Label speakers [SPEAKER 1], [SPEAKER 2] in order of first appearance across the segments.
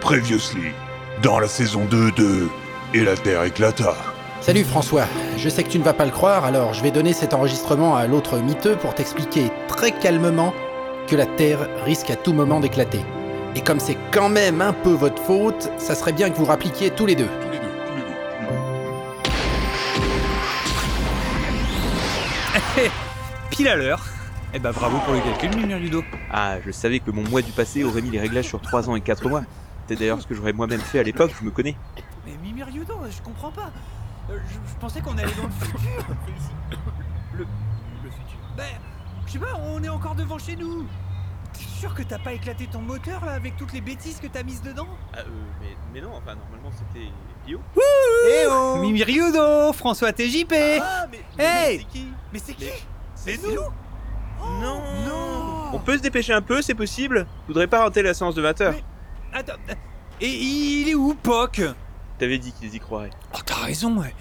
[SPEAKER 1] Previously, dans la saison 2 de Et la Terre éclata.
[SPEAKER 2] Salut François, je sais que tu ne vas pas le croire, alors je vais donner cet enregistrement à l'autre miteux pour t'expliquer très calmement que la Terre risque à tout moment d'éclater. Et comme c'est quand même un peu votre faute, ça serait bien que vous rappliquiez tous les deux.
[SPEAKER 3] pile à l'heure. Eh ben bravo pour le calcul, Mimir Ludo.
[SPEAKER 4] Ah, je savais que mon mois du passé aurait mis les réglages sur 3 ans et 4 mois. C'est d'ailleurs ce que j'aurais moi-même fait à l'époque, je me connais.
[SPEAKER 3] Mais Mimir Ludo, je comprends pas. Euh, Je, je pensais qu'on allait dans le futur. Le, futur. Ben, je sais pas, on est encore devant chez nous. T'es sûr que t'as pas éclaté ton moteur là avec toutes les bêtises que t'as mises dedans
[SPEAKER 4] Ah, mais, non, enfin, normalement c'était bio.
[SPEAKER 3] Eh oh Mimir Ludo, François TJP
[SPEAKER 4] Ah, mais,
[SPEAKER 3] Hey
[SPEAKER 4] c'est qui
[SPEAKER 3] Mais c'est qui
[SPEAKER 4] Mais
[SPEAKER 3] C'est
[SPEAKER 4] nous Non
[SPEAKER 3] Non
[SPEAKER 4] On peut se dépêcher un peu, c'est possible Je voudrais pas rater la séance de 20h.
[SPEAKER 3] Mais- Attends, euh, et il est où Poc
[SPEAKER 4] T'avais dit qu'ils y croiraient.
[SPEAKER 3] Oh, t'as raison, ouais.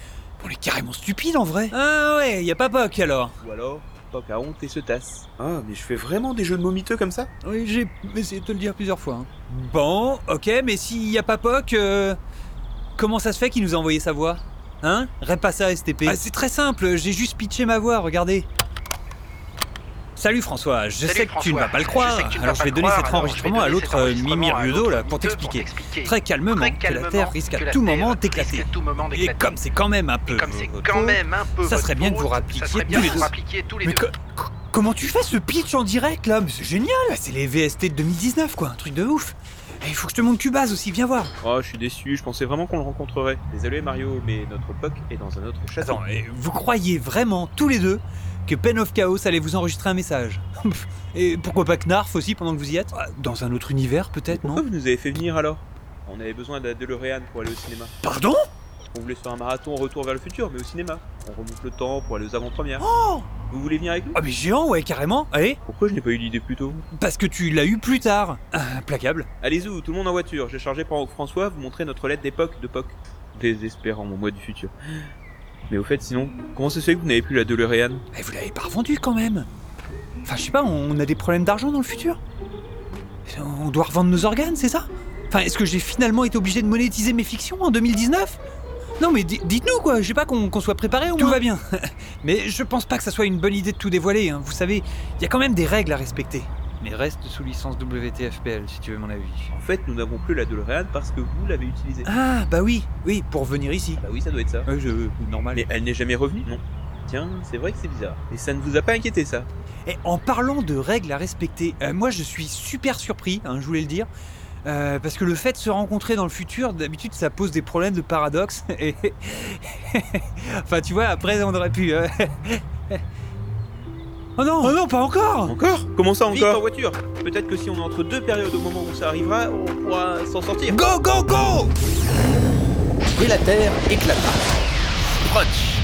[SPEAKER 3] On est carrément stupide en vrai. Ah ouais, y a pas Poc alors.
[SPEAKER 4] Ou alors, Poc a honte et se tasse. Ah, mais je fais vraiment des jeux de momiteux comme ça
[SPEAKER 3] Oui, j'ai essayé de te le dire plusieurs fois. hein. Bon, ok, mais s'il n'y a pas POC, euh, comment ça se fait qu'il nous a envoyé sa voix Hein Repassa STP. Ah, c'est très simple, j'ai juste pitché ma voix, regardez. Salut François, je
[SPEAKER 5] Salut,
[SPEAKER 3] sais que tu ne vas
[SPEAKER 5] François.
[SPEAKER 3] pas le croire,
[SPEAKER 5] sais que tu ne vas
[SPEAKER 3] alors
[SPEAKER 5] pas
[SPEAKER 3] je vais
[SPEAKER 5] le
[SPEAKER 3] donner
[SPEAKER 5] croire,
[SPEAKER 3] cet
[SPEAKER 5] alors
[SPEAKER 3] enregistrement à
[SPEAKER 5] je vais
[SPEAKER 3] l'autre
[SPEAKER 5] donner
[SPEAKER 3] euh,
[SPEAKER 5] cet
[SPEAKER 3] Mimi
[SPEAKER 5] enregistrement à
[SPEAKER 3] Riodo là
[SPEAKER 5] l'autre
[SPEAKER 3] pour
[SPEAKER 5] Mimi Riodo
[SPEAKER 3] t'expliquer.
[SPEAKER 5] t'expliquer
[SPEAKER 3] Très calmement
[SPEAKER 5] très
[SPEAKER 3] que la
[SPEAKER 5] calmement
[SPEAKER 3] Terre risque
[SPEAKER 5] que
[SPEAKER 3] à
[SPEAKER 5] la
[SPEAKER 3] tout
[SPEAKER 5] Terre
[SPEAKER 3] moment
[SPEAKER 5] risque
[SPEAKER 3] d'éclater.
[SPEAKER 5] à tout moment
[SPEAKER 3] Et
[SPEAKER 5] d'éclater.
[SPEAKER 3] comme c'est quand même un peu.
[SPEAKER 5] Et comme c'est
[SPEAKER 4] votre
[SPEAKER 5] quand
[SPEAKER 4] faute,
[SPEAKER 5] même un peu
[SPEAKER 3] ça
[SPEAKER 5] votre
[SPEAKER 3] serait bien que vous
[SPEAKER 5] faute,
[SPEAKER 3] rappliquiez
[SPEAKER 5] ça serait
[SPEAKER 3] tous
[SPEAKER 5] bien
[SPEAKER 3] les
[SPEAKER 5] que vous
[SPEAKER 3] deux.
[SPEAKER 5] rappliquiez tous les
[SPEAKER 3] Mais
[SPEAKER 5] deux.
[SPEAKER 3] co- co- comment tu fais ce pitch en direct là Mais c'est génial là, Bah, C'est les VST de 2019 quoi, un truc de ouf Et Il faut que je te montre Cubase aussi, viens voir
[SPEAKER 4] Oh, je suis déçu, je pensais vraiment qu'on le rencontrerait. Désolé Mario, mais notre Poc est dans un autre château.
[SPEAKER 3] Attends, et vous croyez vraiment, tous les deux, que Pen of Chaos allait vous enregistrer un message Et pourquoi pas Knarf aussi pendant que vous y êtes Ah, Dans un autre univers peut-être, non
[SPEAKER 4] Pourquoi vous nous avez fait venir alors On avait besoin de la DeLorean pour aller au cinéma.
[SPEAKER 3] Pardon
[SPEAKER 4] On voulait se faire un marathon en retour vers le futur, mais au cinéma. On remonte le temps pour aller aux avant-premières.
[SPEAKER 3] Oh
[SPEAKER 4] Vous voulez venir avec nous
[SPEAKER 3] Ah mais géant, ouais, carrément Allez,
[SPEAKER 4] Pourquoi je n'ai pas eu l'idée plus tôt
[SPEAKER 3] parce que tu l'as eu plus tard Ah, Implacable
[SPEAKER 4] Allez-y, tout le monde en voiture. J'ai chargé par François, vous montrer notre lettre d'époque de POC. Désespérant, mon mois du futur. Mais au fait, sinon, comment ça se fait que vous n'avez plus la DeLorean
[SPEAKER 3] Mais Eh, vous l'avez pas revendu quand même Enfin, je sais pas, on a des problèmes d'argent dans le futur On doit revendre nos organes, c'est ça Enfin, est-ce que j'ai finalement été obligé de monétiser mes fictions en 2019 Non mais di- dites-nous quoi, je sais pas qu'on qu'on soit préparé au moins. Tout va bien. mais je pense pas que ça soit une bonne idée de tout dévoiler, hein. vous savez, il y a quand même des règles à respecter.
[SPEAKER 6] mais reste sous licence WTFPL si tu veux mon avis.
[SPEAKER 4] En fait, nous n'avons plus la DeLorean parce que vous l'avez utilisée.
[SPEAKER 3] Ah bah oui, oui, pour venir ici.
[SPEAKER 4] Bah oui, ça doit être ça.
[SPEAKER 3] Ouais, je- normal.
[SPEAKER 4] Mais elle n'est jamais revenue, non Tiens, c'est vrai que c'est bizarre. Et ça ne vous a pas inquiété, ça
[SPEAKER 3] Et en parlant de règles à respecter, euh, moi je suis super surpris, hein, je voulais le dire, euh, parce que le fait de se rencontrer dans le futur, d'habitude ça pose des problèmes de paradoxe. Et... enfin tu vois, après on aurait pu... euh, oh non, oh non, pas encore
[SPEAKER 4] Encore Comment ça
[SPEAKER 3] Vite, en
[SPEAKER 4] en voiture Peut-être que si on est entre deux périodes au moment où ça arrivera, on pourra s'en sortir.
[SPEAKER 3] Go, go, go
[SPEAKER 2] Et la Terre éclata.
[SPEAKER 5] Proche.